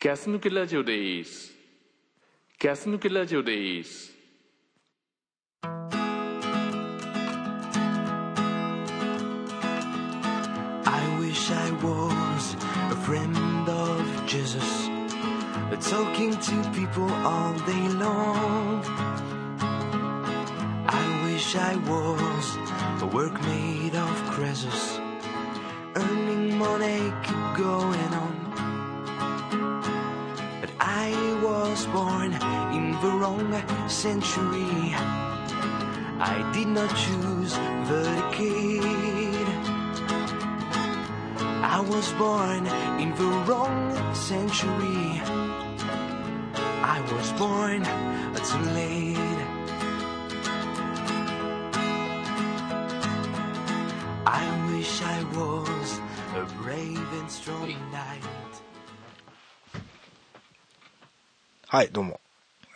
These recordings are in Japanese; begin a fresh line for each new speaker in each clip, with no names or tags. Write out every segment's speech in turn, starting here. ガス抜けラジオです。ガス抜けラジオです。
I wish I was a friend of Jesus, talking to people all day long. I wish I was a workmate of Croesus, earning money, keep going on. But I was born in the wrong century. I did not choose the decade. I was born in the wrong century. I was born too late. I wish I was a brave and strong knight.
はい、どうも。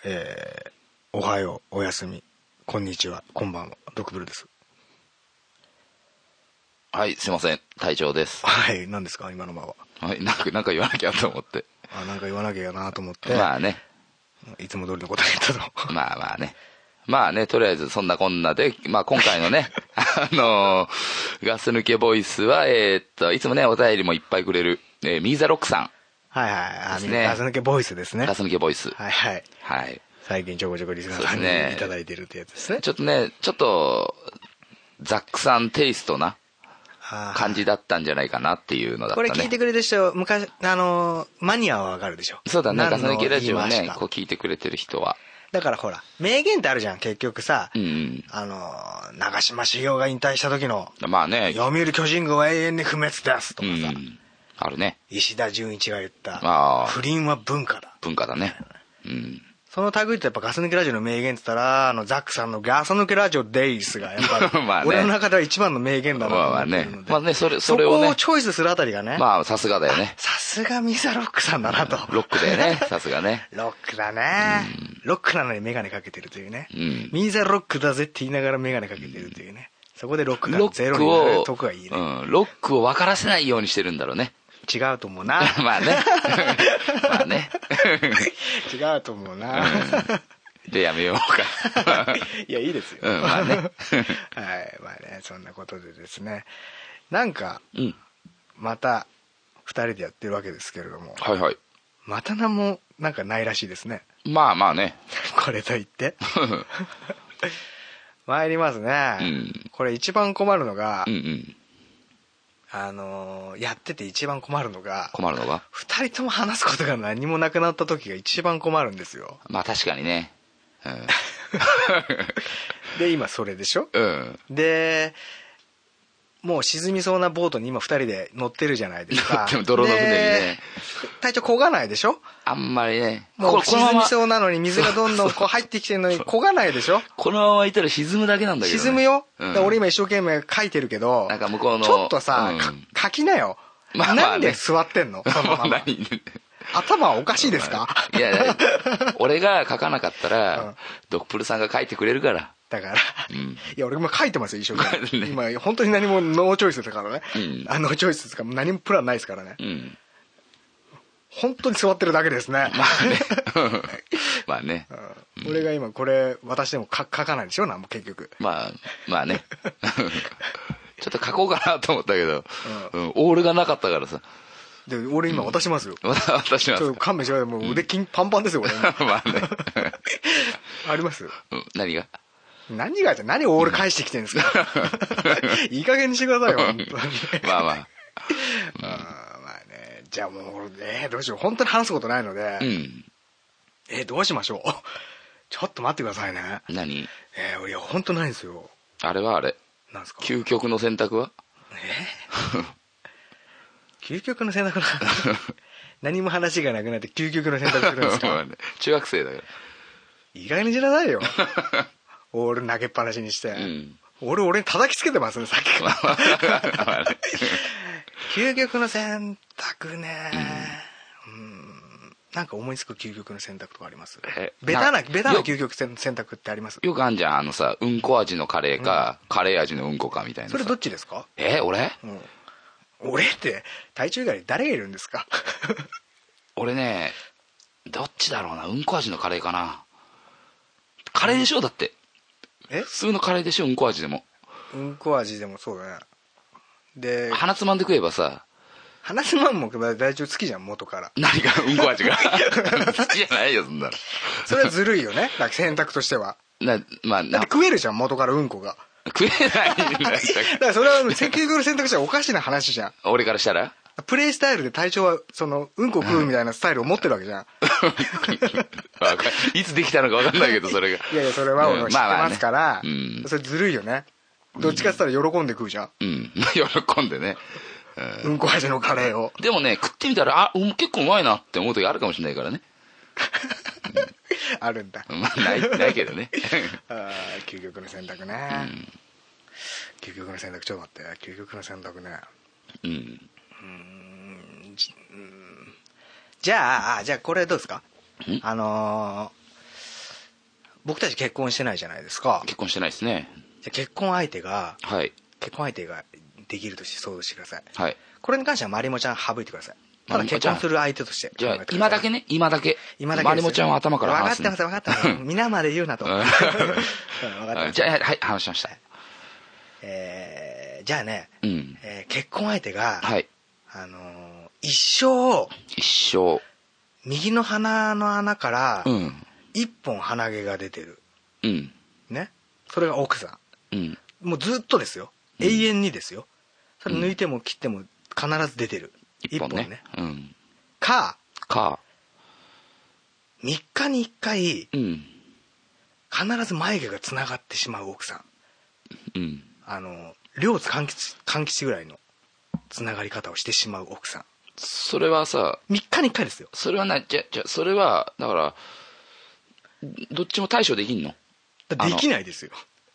えー、おはよう、おやすみ、こんにちは、こんばんは、ドクブルです。
はい、すいません。隊長です。
はい、何ですか、今のまま。
はい、なんか、なんか言わなきゃと思って。
あ、なんか言わなきゃやなと思って、
まあね。
いつも通りのこと言ったと。
まあまあね。まあね、とりあえず、そんなこんなで、まあ今回のね、 あのーガス抜けボイスは、えーっと、いつもね、お便りもいっぱいくれる、えーミーザロックさ
はいはい、あ、
です
みん
ね
なガス抜けボイスです
ん。
ね
ガ。ス抜けボイス。
はいはい。
はい。
最近ちょこちょこリスナーさん
そうです
に
ね
いただいてるってやつですね。
ちょっとね、ちょっと、ザックさんテイストな
あー
感じだったんじゃないかなっていうのだった
こ
ね。
れ聞いてくれてる人、昔、あのー、マニアはわかるでしょ。
そうだね、ガ
何
ス
の
抜けラジオ
言い回し
ね
か、
こう聞いてくれてる人は。
だからほら、名言ってあるじゃん、結局さ。
うんうん。
あのー、長島茂雄が引退した時の、
まあね、
読売巨人軍は永遠に不滅ですと
う
かさ、
ん。あるね。
石田純一が言った
あー
不倫は文化だ
文化だね。うん。
その類ってやっぱガス抜けラジオの名言って言ったらあのザックさんの「ガス抜けラジオデイス」がやっぱり
まあね
俺の中では一番の名言だな
ま
と
あま
思
あ
って
ね
るの。で、
まあね、それ、それを
こ
ね
を、チョイスするあたりがね、
まあさすがだ よね。
さすがミサロックさんだなと
ロックだよ ね、さすがね。
ロックだね、ロックなのにメガネかけてるというね、
うん
ミーザロックだぜって言いながらメガネかけてるというねそこでロックが
ロ
ゼ
ッ
ロに
ク
な
を
る、とこがいいね、
うん、ロックを分からせないようにしてるんだろう ね。
違うと思うな
まあね。まあね。
違うと思うな、
で、やめようか。
いや、いいですよ。
うんまあね
はい、まあね、そんなことでですね。なんか、
うん。
また、二人でやってるわけですけれども、
はいはい。
また何も、なんかないらしいですね。
まあまあね。
これとい って。参りますね。
うん
これ一番困るのが、
うんうん。
あのーやってて一番困るのが、
困るのが。
二人とも話すことが何もなくなった時が一番困るんですよ。
まあ確かにね。うん。
で、今それでしょ
うん。
でもう沈みそうなボートに今2人で乗ってるじゃないです
乗
か
っても泥の船にね
で体調焦がないでしょ
あんまりね。
もう
この
沈
ま
み
ま、
そうなのに水がどんどんこう入ってきてるのに焦がないでしょ
このままいたら沈むだけなんだけどね。
沈むよ、
うん
だから俺今一生懸命書いてるけど
なんか向こうの
ちょっとさ、
うん
か書きなよ、
まあまあね
なんで座ってんの そのまま
何
頭はおかしいですか
いや、だから俺が書かなかったら、
うん
ドクプルさんが書いてくれるから。
だから、
ん
いや俺も書いてますよ一生懸命、
ま
今本当に何もノーチョイスですからね、
うん
あノーチョイスですから何もプランないですからね、
うん。
本当に座ってるだけですね。
まあね。
うん俺が今これ私でも書書かないでしょなんも結局
まあ、ま あね。ちょっと書こうかなと思ったけど、うんオールがなかったからさ。
で俺今渡しますよ、
また私は
ちょっと勘弁してくださいもう腕筋パンパンですよ俺今
まあね。
あります
うん何が
何がじゃ何オール返してきてるん ですかいい加減にしてくださいよ本当に
まあまあ。
あーまあねじゃあもうえーどうしよう本当に話すことないので、
うん。
えーどうしましょうちょっと待ってくださいね
何
えーいや本当ないんですよ
あれはあれ。
なんですか
究極の選択は
究極の選 択な何も話がなくなって究極の選択するんです
ま
か
あね中学生だか
意外にしなさい よ俺投げっぱなしにして、
ん
俺俺に叩きつけてますねさっきから
ら。まあね
究極の選択ねうんなんか思いつく究極の選択とかあります
え
ベタな
な
ベタな
よ
究極選選択ってあります
よくあんじゃん、あのさ、うんこ味のカレーか、カレー味のうんこかみたいなさ。
それどっちですか、
え、俺
うん、俺って体調以外に誰がいるんですか
俺ねどっちだろうなうんこ味のカレーかなカレーでしょだって
え
普通のカレーでしょうんこ味でも
うんこ味でもそうだねで
鼻つまんで食えばさ
鼻すまんも大丈夫好きじゃん元から
何かうんこ味が好きじゃないよそんなの
それはずるいよね だから選択としては
なまあ
だっ
な
て食えるじゃん元からうんこ が
食えないんだけ
だからそれは結局選択肢はおかしな話じゃん
ど俺からしたら
プレイスタイルで体調はそのうんこ食うみたいなスタイルを持ってるわけ じゃん
わかんいつできたのか分かんないけどそれが
いやいやそれは
うん
俺知ってますから、
まあまあねうん
それずるいよねどっちかっつったら喜んで食うじゃん、
うん喜んでね
うん、こ味のカレーを
でもね食ってみたらあうん結構うまいなって思う時あるかもしれないからね
あるんだ、
まあないないけどね
あー究極の選択ね、究極の選択ちょっと待って究極の選択ね
うん
じゃああじゃあこれどうですか
ん
あのー僕たち結婚してないじゃないですか
結婚してないですね
じゃあ結婚相手が
はい
結婚相手ができるとして想像してください
はい
これに関してはまりもちゃん省いてくださいた
ま
だ
りも
結
ちゃん
婚する相手として考
じゃ
え
あ
てく
今
さ
だ
い
けね今だけ
今だけ
まりもちゃんは頭から話す、ね、
分かってます分かってます皆まで言うなと うん分か ってます
じゃあはい話しました
えーじゃあね、
うん
えー結婚相手が、
はい
あのー一生
一生
右の鼻の穴から
うん
一本鼻毛が出てる
うん
ねそれが奥さ
うん
んもうずっとですよ永遠にですよ、それ抜いても切っても必ず出てる
一本ねうん
か
か
3日に1回
うん
必ず眉毛がつながってしまう奥さん
うん
あの両津勘吉勘吉ぐらいのつながり方をしてしまう奥さ
それはさ
ん3日に1回ですよ
それはなじゃじゃそれはだからどっちも対処できんの
だからできないですよ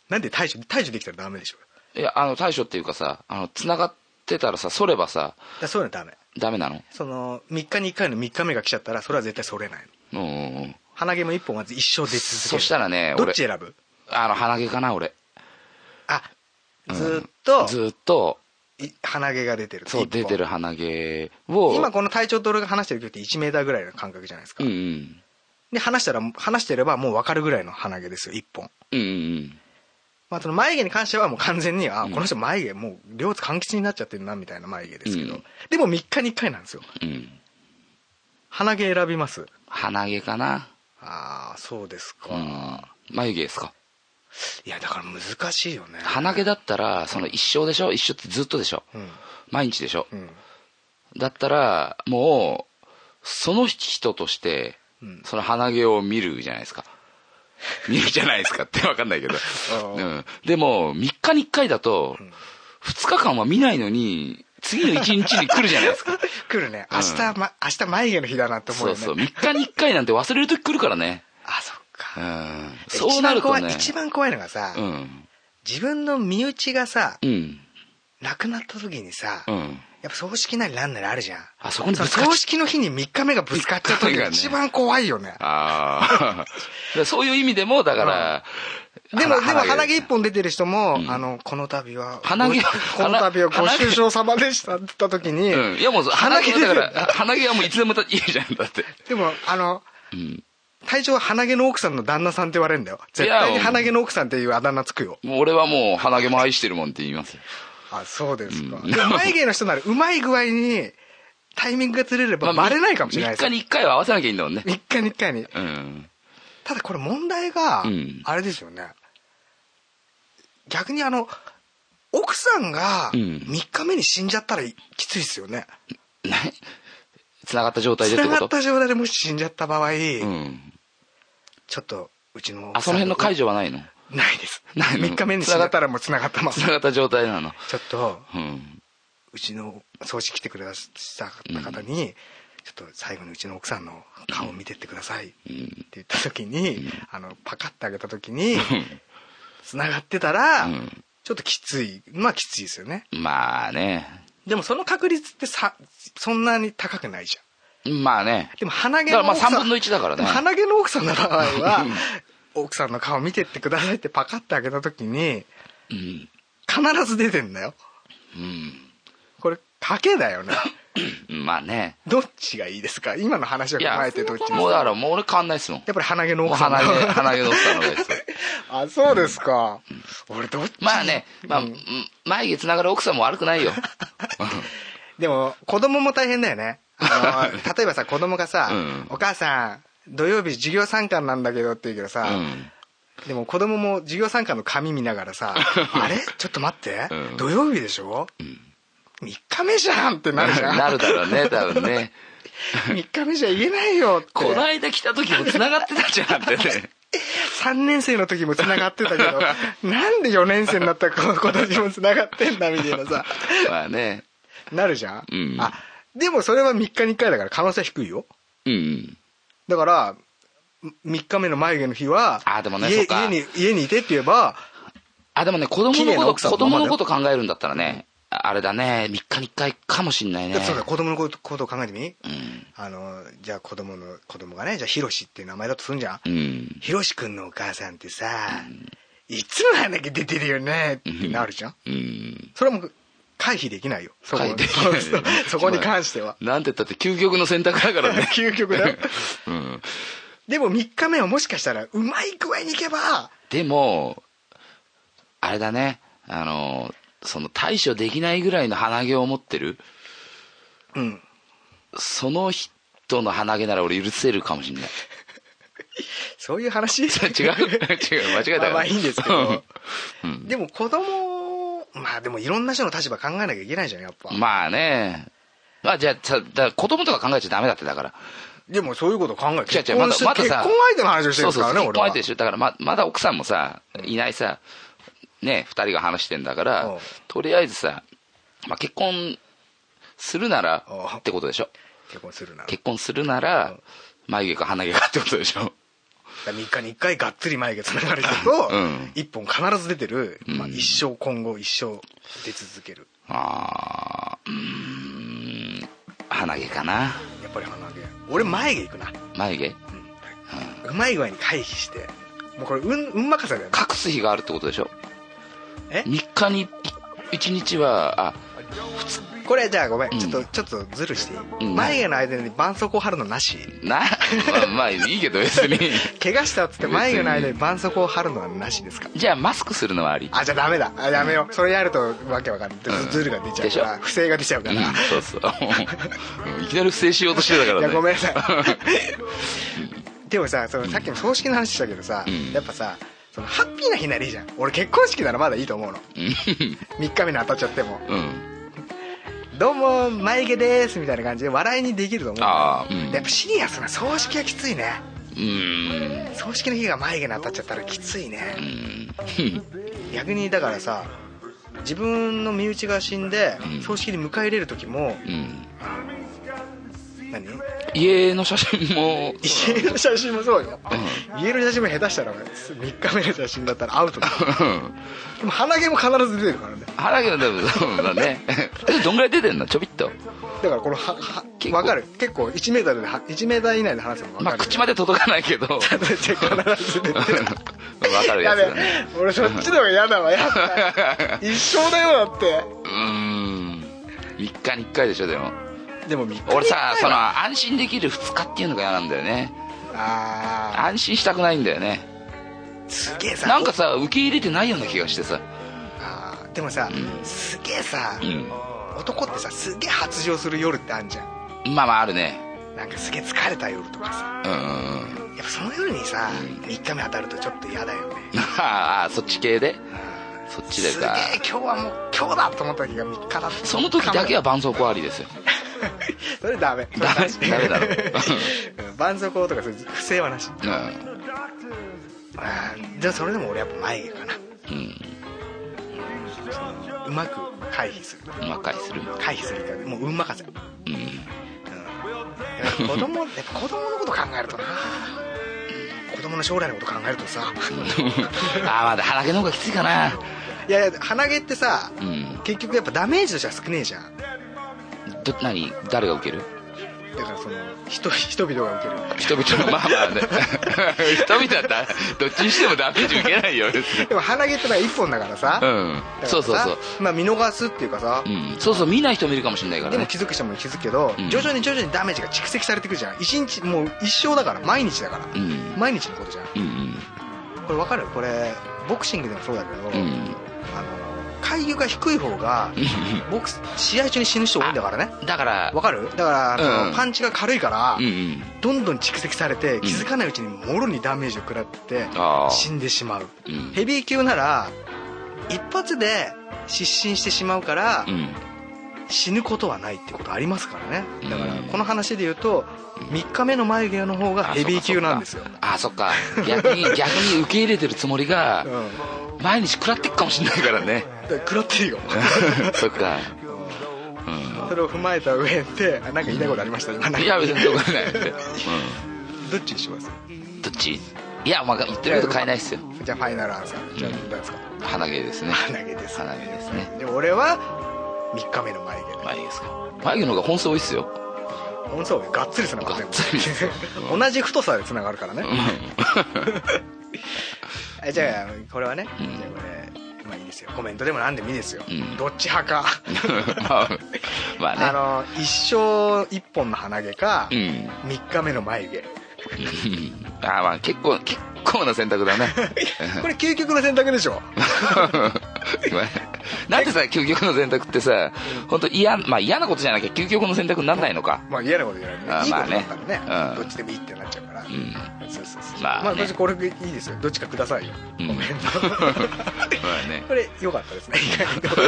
なんで対処対処できたらダメでしょ
いやあの対処っていうかさあの繋がってたらさそればさ
だからそういうのダメ
ダメなの
その3日に1回の3日目が来ちゃったらそれは絶対それないの
うんうんうん
鼻毛も1本は一生出続ける
そしたらね
ど
俺
っち選ぶ
あの鼻毛かな俺
あずーっと、
ずーっと
い鼻毛が出てる
そう
一本
出てる鼻毛を
今この体調と俺が話してる距離って1メーターぐらいの感覚じゃないですか、
うんうん
で話したら話してればもう分かるぐらいの鼻毛ですよ1本
うんうん
まあ、その眉毛に関してはもう完全に、あこの人眉毛もう両津柑橘になっちゃってるなみたいな眉毛ですけど、
うん
でも3日に1回なんですよ
うんうん
鼻毛選びます
鼻毛かな
ああそうですか、
うん眉毛ですか
いやだから難しいよね
鼻毛だったらその一生でしょ一生ってずっとでしょ
うん
毎日でしょ
うん
だったらもうその人として
うん
その鼻毛を見るじゃないですか見るじゃないですかって分かんない けど、
あ
う
ー
ん、でも3日に1回だと2日間は見ないのに次の1日に来るじゃないで すか
来るね
うん
明日、ま、明日眉毛の日だなって思う
そ
よ
う
ね
そう3日に1回なんて忘れる時来るからね、
あそっ
う
か、
ん、そうなると
一番怖
ね
い一番怖いのがさ、
うん
自分の身内がさ
うん
亡くなった時にさ、
うん
やっぱ葬式なりなんなりあるじゃん
あそこにぶつかっちゃ
葬式の日に3日目がぶつかっちゃった時が一番怖いよね
ああ そういう意味でもだから、
でも、でも
鼻
鼻毛一本出てる人も、
ん
あの、この度は、
鼻毛
ごこの度はご
鼻
愁傷様でしたって言った時に、
うん、いやもう鼻毛
鼻
だか
毛
ら鼻毛はもういつでもたいいじゃんだって
でも、あの、
うん
体調は鼻毛の奥さんの旦那さんって言われるんだよ。絶対
い
に
や
鼻毛の奥さんっていうあだ名つくよ。
もう俺はもう鼻毛も愛してるもんって言い ますよ
あ、そうですか。
うん
でも眉毛の人なら、うまい具合に、タイミングがずれればバレないかもしれないです
3
よ。
日に1回は合わせなきゃいいんだもんね
3日に1回に。
うん
ただこれ問題が
うん、
あれですよね。逆にあの、奥さんが
うん
3日目に死んじゃったらきついですよね。
つながった状態でって
繋が
こ
っ
と
た状態でもし死んじゃった場合、
うん
ちょっとうちの
あその辺の解
除
除はないの
ないです
ないの
3日目に死んじゃったらもう繋がったまま
つ
ち
ながった状態なの
ょっと
うん
うちの掃除来てくださった方に、ちょっと最後にうちの奥さんの顔を見てってくださいって言った時に、あのパカッてあげた時に繋がってたら、
うん
ちょっときついまあきついですよね
まあね
でもその確率ってさそんなに高くないじゃん
まあね
でも鼻毛
だか
の
らまあ
奥さん
3分の1だからね
鼻毛の奥さんの場合は奥さんの顔見てってくださいってパカって開けた時に
うん
必ず出てんだよ
うん
これ賭けだよね
うんまあね。
どっちがいいですか今の話を
い
踏ま
や
えてどっちです、か
もうだからもう俺変わんないっすもん。
やっぱり鼻毛の
もう
奥さんの
鼻毛、鼻毛の奥さんの方がいいっす。
あそうですか、俺どっち
まあね、まあ、うん眉毛つながる奥さんも悪 くないよ。
でも子供も大変だよねあ の例えばさ子供がさ、
うん
お母さん土曜日授業参観なんだけど」って言うけどさ、
うん
でも子供も授業参観の紙見ながら さ「あれちょっと待って、
うん
土曜日でしょ、三3日目じゃん!」ってなるじゃん
なるだろうね、多 分ね。
3日目じゃ言えないよって
こないだ来た時もつながってたじゃんって ね。
3年生の時も繋がってたけ どなんで4年生になったらこの子たちも繋がってんだみたいなさ
まあね。
なるじゃん、
うん
あでもそれは3日に1回だから可能性は低いよ
うん。
だから3日目の眉毛の日は
あでもねそ
家
っか
家に家にいてって言えば
あ、でもね、子供
綺麗な
のこ
奥さ
と、
ん
子
のま
供
まだ
の
よ
こと考えるんだったらね、あれだね、3日に1回かもしんないね。
そうだ子供のことことを考えてみ
うん。
あのじゃあ子供の子供がねじゃあヒロシっていう名前だとするんじゃん
うん。
ヒロシ君のお母さんってさ、いつも鼻毛出てるよねってなるじゃん、
うん。
それはもう回避できないよそこ
書いてないね
そこに関して は
なんて言ったって究極の選択だか らね。
究極だよ
うん。
でも3日目はもしかしたらうまい具合にいけば
でも、あれだね、あの、その対処できないぐらいの鼻毛を持ってる、
うん
その人の鼻毛なら俺許せるかもしんない。
そういう話 違う
違う違う、間違えたよ、
まあまあいいんですけど、
うん
でも子供まあでもいろんな人の立場考えなきゃいけないじゃんやっぱ、
まあね。まあじゃあ、さだから子供とか考えちゃダメだって、だから。
でもそういうこと考え
違う
結
違う、ま
婚
だ
して
まだ
結
さ。
婚相手の話をしてるんですからね
そうそうそう結
俺
婚
は
相手でしょ。だからままだ奥さんもさ、いないさ、ね、二人が話してんだから、
うん
とりあえずさ、まあ結婚するなら
うん
ってことでしょ。
結婚するなら
結婚するなら、眉毛か鼻毛かってことでしょ。
3日に1回がっつり眉毛つながる人と、
うん
一1本必ず出てる、まあ、
うん
一生今後一生出続ける
あーうーん、鼻毛かな。
やっぱり鼻毛俺眉毛いくな、
眉毛
うまい具合に回避してもうこれ運運任せだよね
隠す日があるってことでしょ。
え
3日に1日は、あ、
これじゃあごめん、
うん
ちょっとちょっとずるしていい、
うん
眉毛の間に絆創膏貼るのなし
な、 まあ、まあいいけど別に。
怪我したっつって眉毛の間に絆創膏を貼るのはなしですか
じゃあマスクするのはあり。
あじゃあダメだあやめようそれやるとわけわかんない
うん
ズルが出ちゃうか
でし
ら不正が出ちゃうか
う
ら、
ん、そうそう。うんいきなり不正しようとしてたから
い
ね。
やごめんなさいでもさそのさっきの葬式の話したけどさ、
うん
やっぱさそのハッピーな日ならいいじゃん俺結婚式ならまだいいと思うの3日目に当たっちゃっても
うん。
「どうも眉毛です」みたいな感じで笑いにできると思う
ああ、うん。
やっぱシリアスな葬式はきついね
うん。
葬式の日が眉毛に当たっちゃったらきついね、
うん。
逆にだからさ自分の身内が死んで
うん
葬式に迎え入れる時も
うん。
何
家の写真も、
家の写真もそうよ家の写真も下手したら3日目の写真だったらアウト だ
うん。
でも鼻毛も必ず出てるからね
腹毛の多分そうだね。 どんぐらい出てんのちょびっと。
だからこのはは
結構
分かる結構1メーターでは1メーター以内で話せば分
まあ
かる
口まで届かないけど。わ
で必ず出てる
かる
や
やつ
べ
だ
え
ね。
俺そっちの方が嫌だわや だ一生だよだって
うん。3日に1回でしょ、でも。
でも3日
俺さ、その、安心できる2日っていうのが嫌なんだよね。
あ
安心したくないんだよね。
ーすげえさ
なんかさ、受け入れてないような気がしてさ。
あーでもさ、すげえさ、
うん
男ってさすげえ発情する夜ってあんじゃん
まあまああるね。
なんかすげえ疲れた夜とかさ
うんうん うん。
やっぱその夜にさ、3日目当たるとちょっと嫌だよね
ああ、そっち系でそっちです
げえ
か。
今日はもう今日だと思った時が3日だった
その時だけは絆創膏ありですよ。
それダメ
ダメ
それ
ダメだ ろ
うん 絆創膏とかそういう不正はなし
うん。
あーでもそれでも俺やっぱ眉毛かな
うん。
うまく回避する
うまく回避 する。
回避するっていうかもう運任せ
うん。
うん子供やっぱ子供のこと考えるとな子供の将来のこと考えるとさ
ああ、まだ鼻毛の方がきついかな。
いやいや鼻毛ってさ、
うん。
結局やっぱダメージとしては少ねえじゃん
ど、何誰が受ける
だからその人人々が受ける
人 々のまあまあね 人々だったらどっちにしてもダメージ受けないよ別に
でも鼻毛ってのは一本だからさ、
う
だ
ん
からさ
そうそうそう、
まあ、見逃すっていうかさ、
うん、そうそう見ない人もいるかもしれないから
でも
ね
気づく人も気づくけど、
うん
徐々に徐々にダメージが蓄積されてくるじゃん一日もう一生だから毎日だから、
うん
毎日のことじゃん
うんうん
これわかるこれボクシングでもそうだけど、
ん
あの階級が低い方がボクス試合中に死ぬ人多いんだからね
だから
わかるだからその、
うん
パンチが軽いから、
うんうん
どんどん蓄積されて気づかないうちにもろにダメージを食らって
ああ
死んでしまう
うん
ヘビー級なら一発で失神してしまうから
うん
死ぬことはないってことありますからねだから
うん
この話で言うと3日目の眉毛の方が
あ
ヘビー級なんですよ
あそっか逆に 逆に受け入れてるつもりが
うん
毎日食らってっかもしれないから ね
だから食らってるよ
そっか
それを踏まえた上であなんか言いたいことありました今なんか
いや別にどこない、
どっちにします
うん、どっちいやまあ言ってること変えないっすよ
じゃあファイナルアンサーじゃあ何ですか
鼻毛ですね
鼻毛です
鼻毛ですね
でも俺は3日目の眉毛で
眉毛ですか眉毛の方が本数多いっすよ
本当はがっつりつながってる
がっつりですよ
同じ太さでつながるからね、 えじゃあこれはね、じゃあこれまあいいですよコメントでも何でもいいですよ、
ん
どっち派か
まあま
あ
あ
の一生一本の鼻毛か、
ねうん
三3日目の眉毛
あーまあ結構結構な選択だね
これ究極の選択でし ょ
なんでさ究極の選択ってさ本当嫌まあ嫌なことじゃなきゃ究極の選択にならないのか
まあ嫌なことじゃないね
あ
いいこと
まあね
だったらね、
うん
どっちでもいいってなっちゃうから、そうそうそう
ま
ま
あ
あ、
ね
私これいいですよどっちかくださいよ、
うん
コメン
ま
ト
あね
これ良かったですね意外と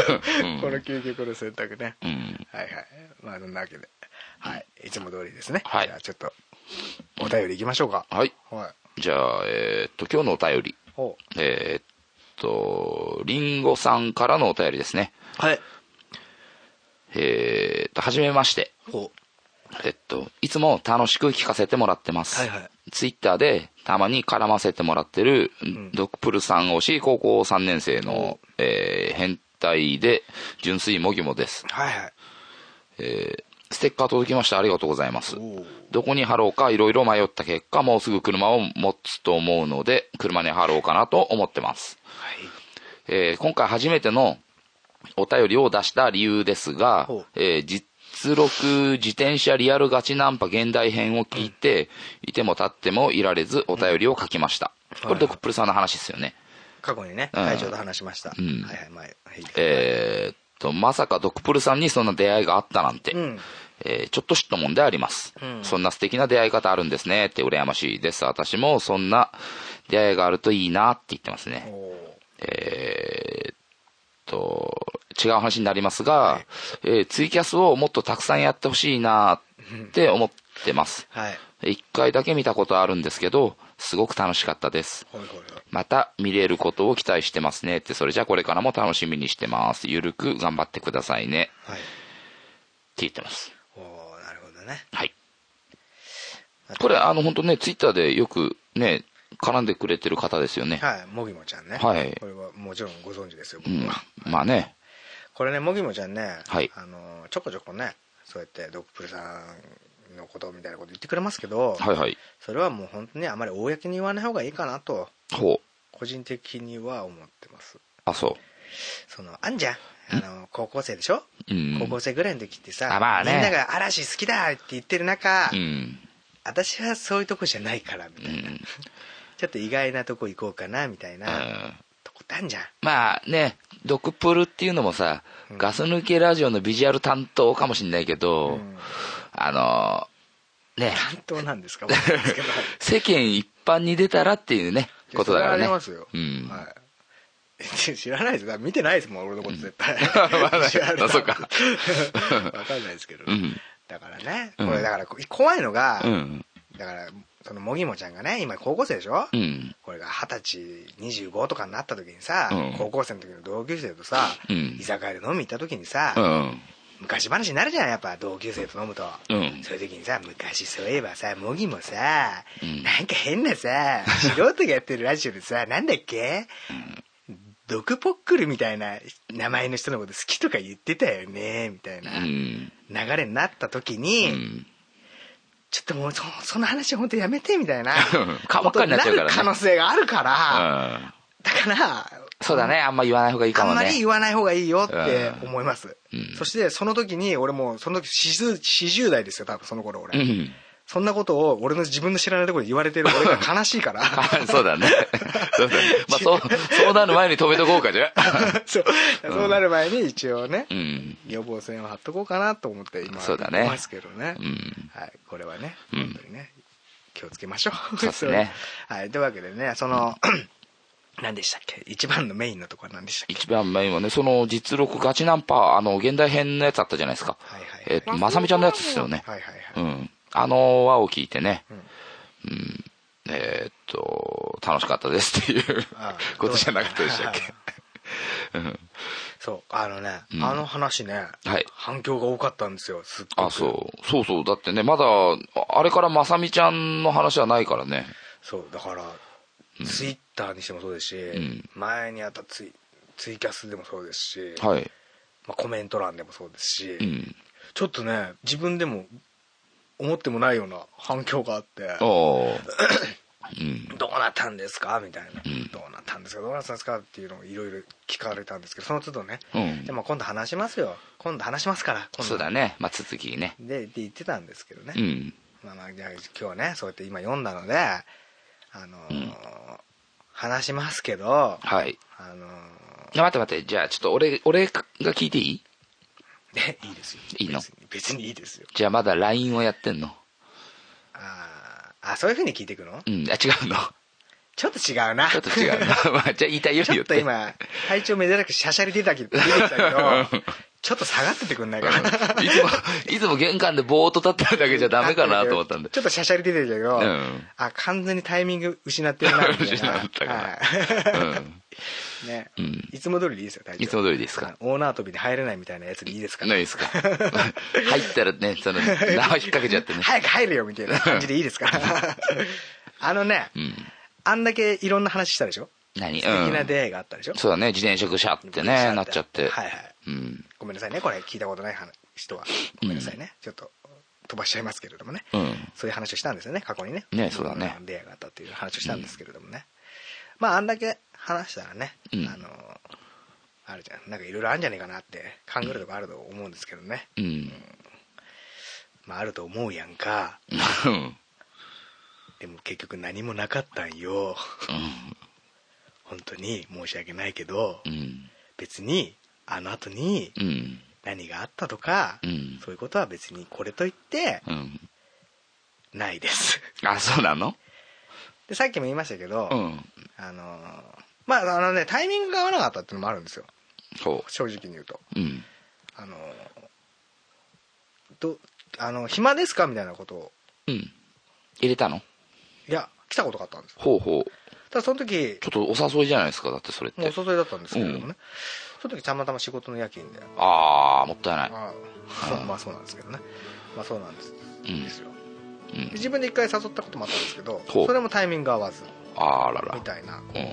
うん
この究極の選択ね、
うん
はいはいまあそんなわけではいいつも通りですね
はい
じゃあちょっとお便りいきましょうか
はい
はい
じゃあえーっと今日のお便り
ほう
えーっとりんごさんからのお便りですね
はい
えーっとはじめまして
ほ
えっと、いつも楽しく聞かせてもらってます。
はいはい
ツイッターでたまに絡ませてもらってる、ドクプルさん推し高校3年生の、えー変態で純粋もぎもです。
うはいはい
えーステッカー届きました。ありがとうございます
おー。
どこに貼ろうかいろいろ迷った結果、もうすぐ車を持つと思うので、車に貼ろうかなと思ってます。えー今回初めてのお便りを出した理由ですが
ほう、
えー実録自転車リアルガチナンパ現代編を聞いて、いても立ってもいられずお便りを書きました。これドクプルさんの話ですよね。
過去にね
うん
会長と話しました、
ん
はいはい前はい
えーっと、まさかドクプルさんにそんな出会いがあったなんて、
うん
えーちょっと知ったもんであります、そんな素敵な出会い方あるんですねって羨ましいです。私もそんな出会いがあるといいなって言ってますね。
お
えーっと、違う話になりますが、えーツイキャスをもっとたくさんやってほしいなって思ってます。
はい
一回だけ見たことあるんですけど、すごく楽しかったです。
ほいほい
また見れることを期待してますねって、それじゃあこれからも楽しみにしてます。ゆるく頑張ってくださいね
はいはい
って言ってます。
おーなるほどね
はい。これ、あの、本当ね、ツイッターでよくね、絡んでくれてる方ですよね。
はいもぎもちゃんね
はい
これはもちろんご存知ですよ
う
僕
ん
は、。
まあね。
これねもぎもちゃんね、
はい
あのちょこちょこねそうやってドップルさんのことみたいなこと言ってくれますけど、
はいはい。
それはもう本当にあまり公に言わない方がいいかなと
ほう。
個人的には思ってます
あ、そ
そのあんじゃんあの高校生でしょ、
う。うん。
高校生ぐらいの時ってさ、
あまあね
みんなが「嵐好きだ!」って言ってる中、
うん。
私はそういうとこじゃないからみたいな、
うん
ちょっと意外なとこ行こうかなみたいなとこってあんじゃん
まあね、ドクプルっていうのもさ、ガス抜けラジオのビジュアル担当かもしれないけど、
うん
あのね、
担当なんですかわかんないですけど
世間一般に出たらっていうね、ことだから
それはあ
ね。
りますよ、
うん。
はい知らないですだから見てないですもん俺のこと絶対
まあね
知らない
あそうか
わかんないですけど
う
ね、
ん。
だからね
う
こ
ん
れだからこ怖いのが、
うん。
だからそのもぎもちゃんがね今高校生でしょ、
うん。
これが二十歳25とかになった時にさ、
うん
高校生の時の同級生とさ、
うん
居酒屋で飲みに行った時にさ、
うん。
昔話になるじゃんやっぱ同級生と飲むと、
うん
そういう時にさ昔そういえばさもぎもさ、
うん
なんか変なさ素人がやってるラジオでさなんだっけ、毒ポックルみたいな名前の人のこと好きとか言ってたよねみたいな
うん。
流れになった時に、
うん
ちょっともうそその話は本当やめてみたいな
顔 ばっかりになっち
こと
ゃうからね
になる可能性があるから、
うん。
だから
そうだね、あんま言わない方がいいか
あ
も
んまり
ね
言。わない方がいいよって思います、
うん
そしてその時に俺もうその時40代ですよ多分その頃
う
俺、
ん。
そんなことを俺の自分の知らないところで 言われてる俺が悲しいから
そうだね。そうだね。まあ、そう、そうなる前に止めとこうかじゃ あ。
そうそうなる前に一応ね、
うん。
予防線を張っとこうかなと思って今
そうだね
言ってますけどね、
うん
はい、これはね
うん
本当にね、気をつけましょう
そうですね
そうはい、というわけでねその、 何でしたっけ一番のメインのとこは何でしたっけ
一番前はね、その実録ガチナンパ、あの、現代編のやつあったじゃないですか。
はいはいはい
えっと、まさみちゃんのやつですよね。
はいはいはい、
うん。あの輪を聞いてね、うん。えーっと、楽しかったですっていう
ああ
ことじゃなかったでしたっけ。
そうあのね、
うん
あの話ね、
はい
反響が多かったんですよすっごく
あ、そう。そうそう。だってね、まだ、あれからまさみちゃんの話はないからね。
そうだから、ツイッターにしてもそうですし、
ん
前にあったツイツイキャスでもそうですし、
はい。
まあ、コメント欄でもそうですし、
うん。
ちょっとね自分でも思ってもないような反響があって
ああ。うん。
どうなったんですかみたいな、どうなったんですかどうなったんですかっていうのをいろいろ聞かれたんですけどその都度ね、
うん
でも今度話しますよ今度話しますから今度
そうだね。まあ、続きね。
でって言ってたんですけどね、
うん。
まあまあじゃあ今日ねそうやって今読んだのであのー話しますけど、
はい。
あの
いや待って待って、じゃあちょっと俺、俺が聞いていい
ーいいですよ
いいの
別に別にいいですよ
じゃあまだ LINE をやってんの
あーあそういうふうに聞いていくの
うん、あ、違 うの。
ちょっと違うな
ちょっと違うの。 まあ、じゃあ言いたいよ り
ちょ
言
っ
っ
と
て。
今、体調珍しくシャシャリ出たけど、出てきたけ ど、ちょっと下がっててくんないかな。
いつも、いつも玄関でぼーっと立ってるだけじゃダメかなと思ったんで
ち。ょっとシャシャリ出てるけど、
ん
あ、完全にタイミング失ってるな、みたいな。
失ったから
は
うん
いね、
うん
いつも通りでいいですよ、体調。
いつも通りでいいですか
あのオーナー飛びで入れないみたいなやつでいいですか
ないですか。 入ったらね、 その、縄引っ掛けちゃってね。
早く入れよ、みたいな感じでいいですか あのね、
うん。
あんだけいろんな話したでしょ
何
素敵な
うん。
出会いがあったでしょ、
そうだね、自転車ぐしゃってね、なっちゃって。
はいはい。
うん。
ごめんなさいねこれ聞いたことない話人はごめんなさいね、ちょっと飛ばしちゃいますけれどもね、
うん
そういう話をしたんですよね過去にね
ねそうだね
出会いがあったっていう話をしたんですけれどもね、まああんだけ話したらね、
うん
あのあるじゃんなんかいろいろあるんじゃねえかなって考えるとこあると思うんですけどね、
うん。
まああると思うやんか
うん。
でも結局何もなかったんよ 本当に申し訳ないけど、
うん。
別にあの後に
うん。
何があったとか、
うん
そういうことは別にこれといって
うん。
ないです
あ、そうなの
でさっきも言いましたけど、
うん。
あのーまああのねタイミングが合わなかったっていうのもあるんですよ
そ
正直に言うと
う。うん。
あのーどあの暇ですかみたいなことを
うん。入れたの
いや来たことがあったんです
ほうほう。
ただその時
ちょっとお誘いじゃないですか、だってそれっ
もうお
て。
誘いだったんですけれどもね、
うん
その時たまたま仕事の夜勤で、
ああ、もったいない。
まあまあそうなんですけどねまあそうなんです,、
うん
ですよ
うん
で自分で一回誘ったこともあったんですけど
ほう
それもタイミングが合わず
ああらら
み。たいな、こう
うん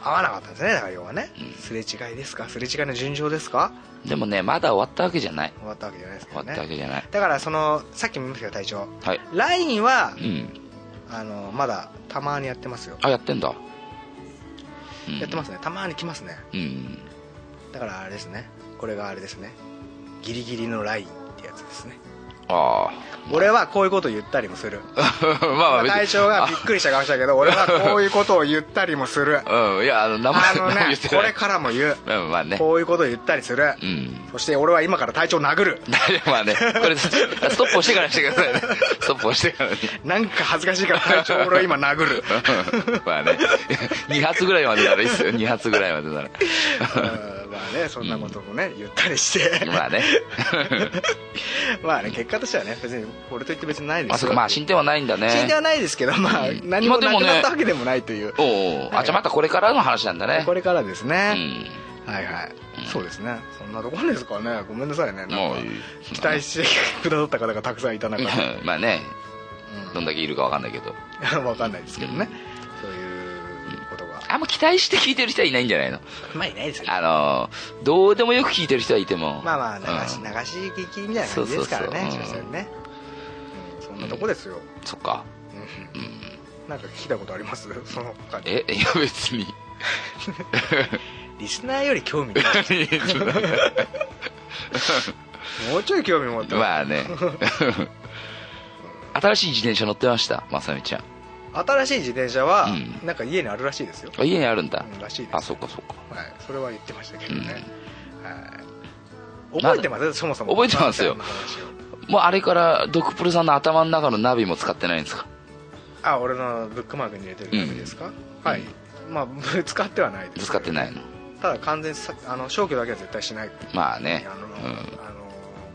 合わなかったんですねだから要はね、すれ違いですかすれ違いの順調ですか
でもね、まだ終わったわけじゃない。
終わったわけじゃないですけ
終わ
ど
ったわ
ね
けじゃない。
だからそのさっきも言いましたけど隊長
はい。
LINE は
うん。
あのまだたまにやってますよ
あ、やってんだ。
やってますねたまに来ますね
うん。
だからあれですねこれがあれですねギリギリの LINE ってやつですね
あ
俺はこういうことを言ったりもする
あ。まあまあ、別に
隊長がびっくりした顔したけど俺はこういうことを言ったりもする
うん。いや、あの、 名
あ
前
の
名前
ね
言って
こ
な
れ
い。
からも言う
うん、まあね。
こういうことを言ったりする
うん。
そして俺は今から隊長を殴 る
まあね、これ、ストップ押してからにしてくださいね。 ストップ押してからに。
なんか恥ずかしいから隊長俺は今殴る
うん まあね、2発ぐらいまでならいいっすよ。2発ぐらいまでなら。
うん まあねそんなこともね言ったりして
まあね。
まあね、結果としてはね、別に、これといって別にないで
あ、
す
そ
よ。
うか、まあ進展はないんだね。
死んではないですけど、まあ、
ん
何もなく
まあで
な
も
っ
ね
たわけでもないという。
おうおうあ、じゃあまたこれからの話なんだね。
これからです
う
ね。
ん。
はいはい。そうですね。そんなところですかね。ごめんなさいね。なんか
もういい
期待してくださった方がたくさんいた中で、
まあね、どんだけいるかわかんないけど。
わかんないですけどね。そういうことが。
あんま期待して聞いてる人はいないんじゃないの
まあ、いないですよね。
あの、どうでもよく聞いてる人はいても。
まあまあ、流し、
うん
流し聞きみたいな感じですからね。
そうそうそ
所
う
詮ねうんそんなとこですよ、
そっか
うんなんか聞いたことありますその他に
え いや別に
リスナーより興味ないもうちょい興味持って、
まあね 新しい自転車乗ってましたまさみちゃん
新しい自転車は、
う
なんか家にあるらしいですよ、
あ家にあるんだ
うんらしいです
あそっかそっか
はい、それは言ってましたけどね、はい
ん
覚えてますそもそも
覚えてますよ
あの話を
もうあれからドクプルさんの頭の中のナビも使ってないんですか
あ俺のブックマークに入れてるためですか、はいまあぶつかってはないです
使ってないの
ただ完全にさあの消去だけは絶対しない
まあ
あ
ね
の、
うん
あの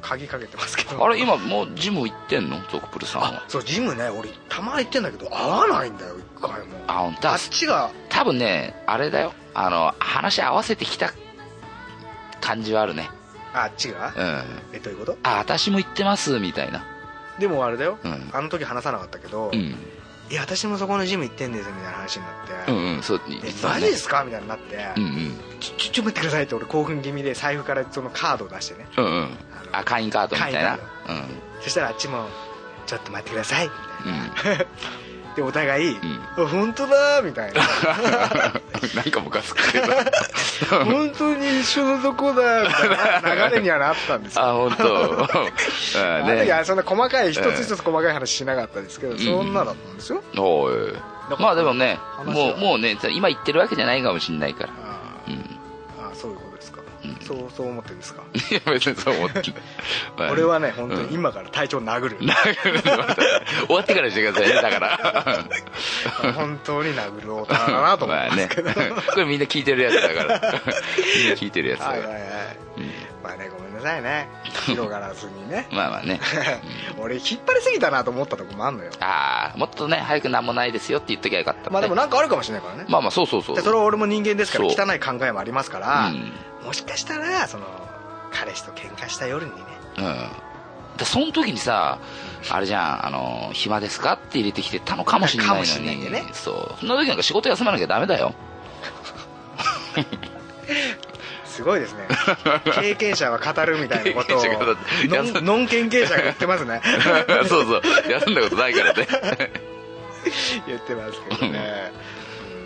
鍵かけてますけど
あれ今もうジム行ってんのドクプルさんは
そうジムね俺たまに行ってんだけど合わないんだよ一回も
あ本当
あっちが
多分ねあれだよあの話合わせてきた感じはあるね
あっちが
うんあ
えどういうこと
私も行ってますみたいな
でもあれだよ、
うん
あの時話さなかったけど、
う
い
ん
や私もそこのジム行ってんですみたいな話になって、
うんうんそう言って
え
た
マ
ね
ジですかみたいになって、
うんうん
ちょちょちょ待ってくださいって俺興奮気味で財布からそのカードを出してね
うんうん
あ
あ
の
会員カードみたいな
そしたらあっちも「ちょっと待ってください」み
うんうん
たいな、でお互い
ん
「あ本当だ」みたいな
なんかムカつくけど
「本当に一緒のとこだ」みたいな流れにはなったんですよ
あ本当
あ
あ
の時は
ね
そんな細かい一つ一つ細かい話しなかったですけど、そんなだったんですよ、
おい
だから
まあでもね
話は
もうもうね今言ってるわけじゃないかもしんないから
あ
う
ー
ん
あーそういうことですか、そうそう思ってるんですか
いや別にそう 思ってない
俺はね
うん
本当に今から体調殴る、
終わってからにしてくださいねだから
本当に殴るオタだなと思ってますけど、
まあね、これみんな聞いてるやつだからみんな聞いてるやつだか
はい
ら、
はいはい、
うん
まあねごめんなさいね広がらずにね
まあまあね
俺引っ張りすぎたなと思ったとこもあんのよ
ああもっとね早くなんもないですよって言っときゃよかった、ね、
まあでもなんかあるかもしれないからね、
まあまあそうそうそう
でそれは俺も人間ですから
そう
汚い考えもありますから、
うん
もしかしたらその彼氏と喧嘩した夜にね
うんだその時にさあれじゃんあの「暇ですか?」って入れてきてたのかもしれないのに
かもしんないんでね
そうそんな時なんか仕事休まなきゃダメ だよ
すごい ですね経験者は語るみたいなことを
経験者が語る
ノ
いや
ンノン研究者が言ってます ね
そうそう休んだことな いからね
言ってますけどね、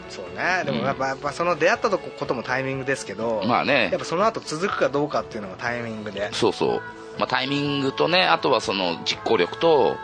うん、そうねでもやっぱやっぱその出会ったとここともタイミングですけど、
まあね
やっぱその後続くかどうかっていうのがタイミングで
そうそう、まあ、タイミングとねあとはその実行力と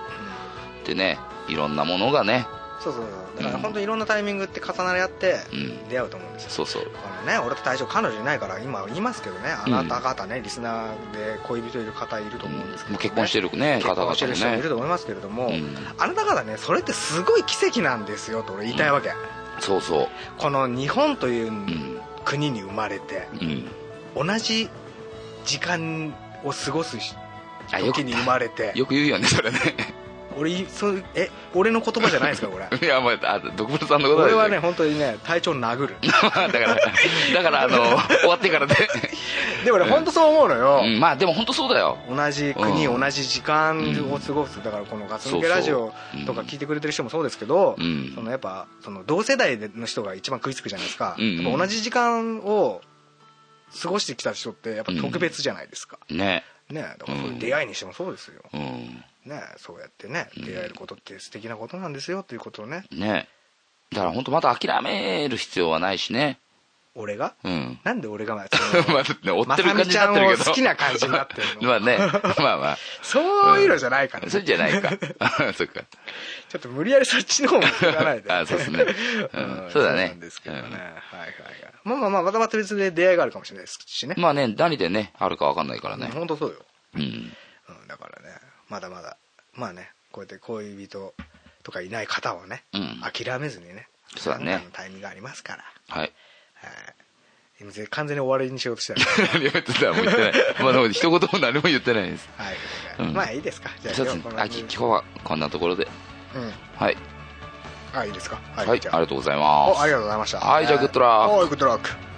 でねいろんなものがね
そうそうそうだから本当にいろんなタイミングって重なり合って
うん
出会うと思うんですよ、
そうそう
あのね、俺と大将彼女いないから今言いますけどねあなた方ね、リスナーで恋人いる方いると思うんですけど、
もう
ね、
結婚してるね
結
方々
婚してる人もい
ね
ると思いますけれども、
うん
あなた方ねそれってすごい奇跡なんですよと俺言いたいわけ、
そうそう
この日本という
うん
国に生まれて
うん
同じ時間を過ごすし
あよく
時に生まれて
よく言うよねそれね
俺そうえ俺の言葉じゃないですか これ
いやまああドクブルさんのことだ
俺
よ
はね本当にね体調殴る
まあだからだからあの終わってからね、
でもね本当そう思うのよ、
うんまあでも本当そうだよ
同じ国、
うん
同じ時間を過ごすだからこのガス抜けラジオとか聞いてくれてる人もそうですけど、
うん
そのやっぱその同世代の人が一番食いつくじゃないですか、
うん
やっぱ同じ時間を過ごしてきた人ってやっぱ特別じゃないですか、
ね
ねだからそういう出会いにしてもそうですよ、
うん
ねそうやってね出会えることって素敵なことなんですよっていうことをね
ねだから本当また諦める必要はないしね
俺が、
うん
なんで俺がまあ
まあね追ってる
まさ
感じになってるけ
みちゃん
ど
を好きな感じになってるの
まあねまあまあ
そういうのじゃないから、ね
それじゃないかそっか
ちょっと無理やりそっちの方も聞かないで。
あそうっすねうんそうだね
なんですけどね。はいはいはい。まあまあまあ、またまた別で出会いがあるかもしれないですしね。
まあね何でねあるか分かんないからね
本当そうよ。
うん
うん、だからね、まだまだ、まあね、こうやって恋人とかいない方はね、
うん
諦めずにね、
そうだね
なんかのタイミングがありますから。
はい
はい。全然完全に終わりにしようとしてる。
何を言ってたもう言って ないまあでも一言も何も言ってないです
はい、
うん
まあいいですか。じゃあ、
そうです
今日
ね
この
あき今日はこんなところで
うん。
はい
あ、いいですか。は
はいありがとうございます
おありがとうございました。
はいじゃあグッドラック
おいグッドラック。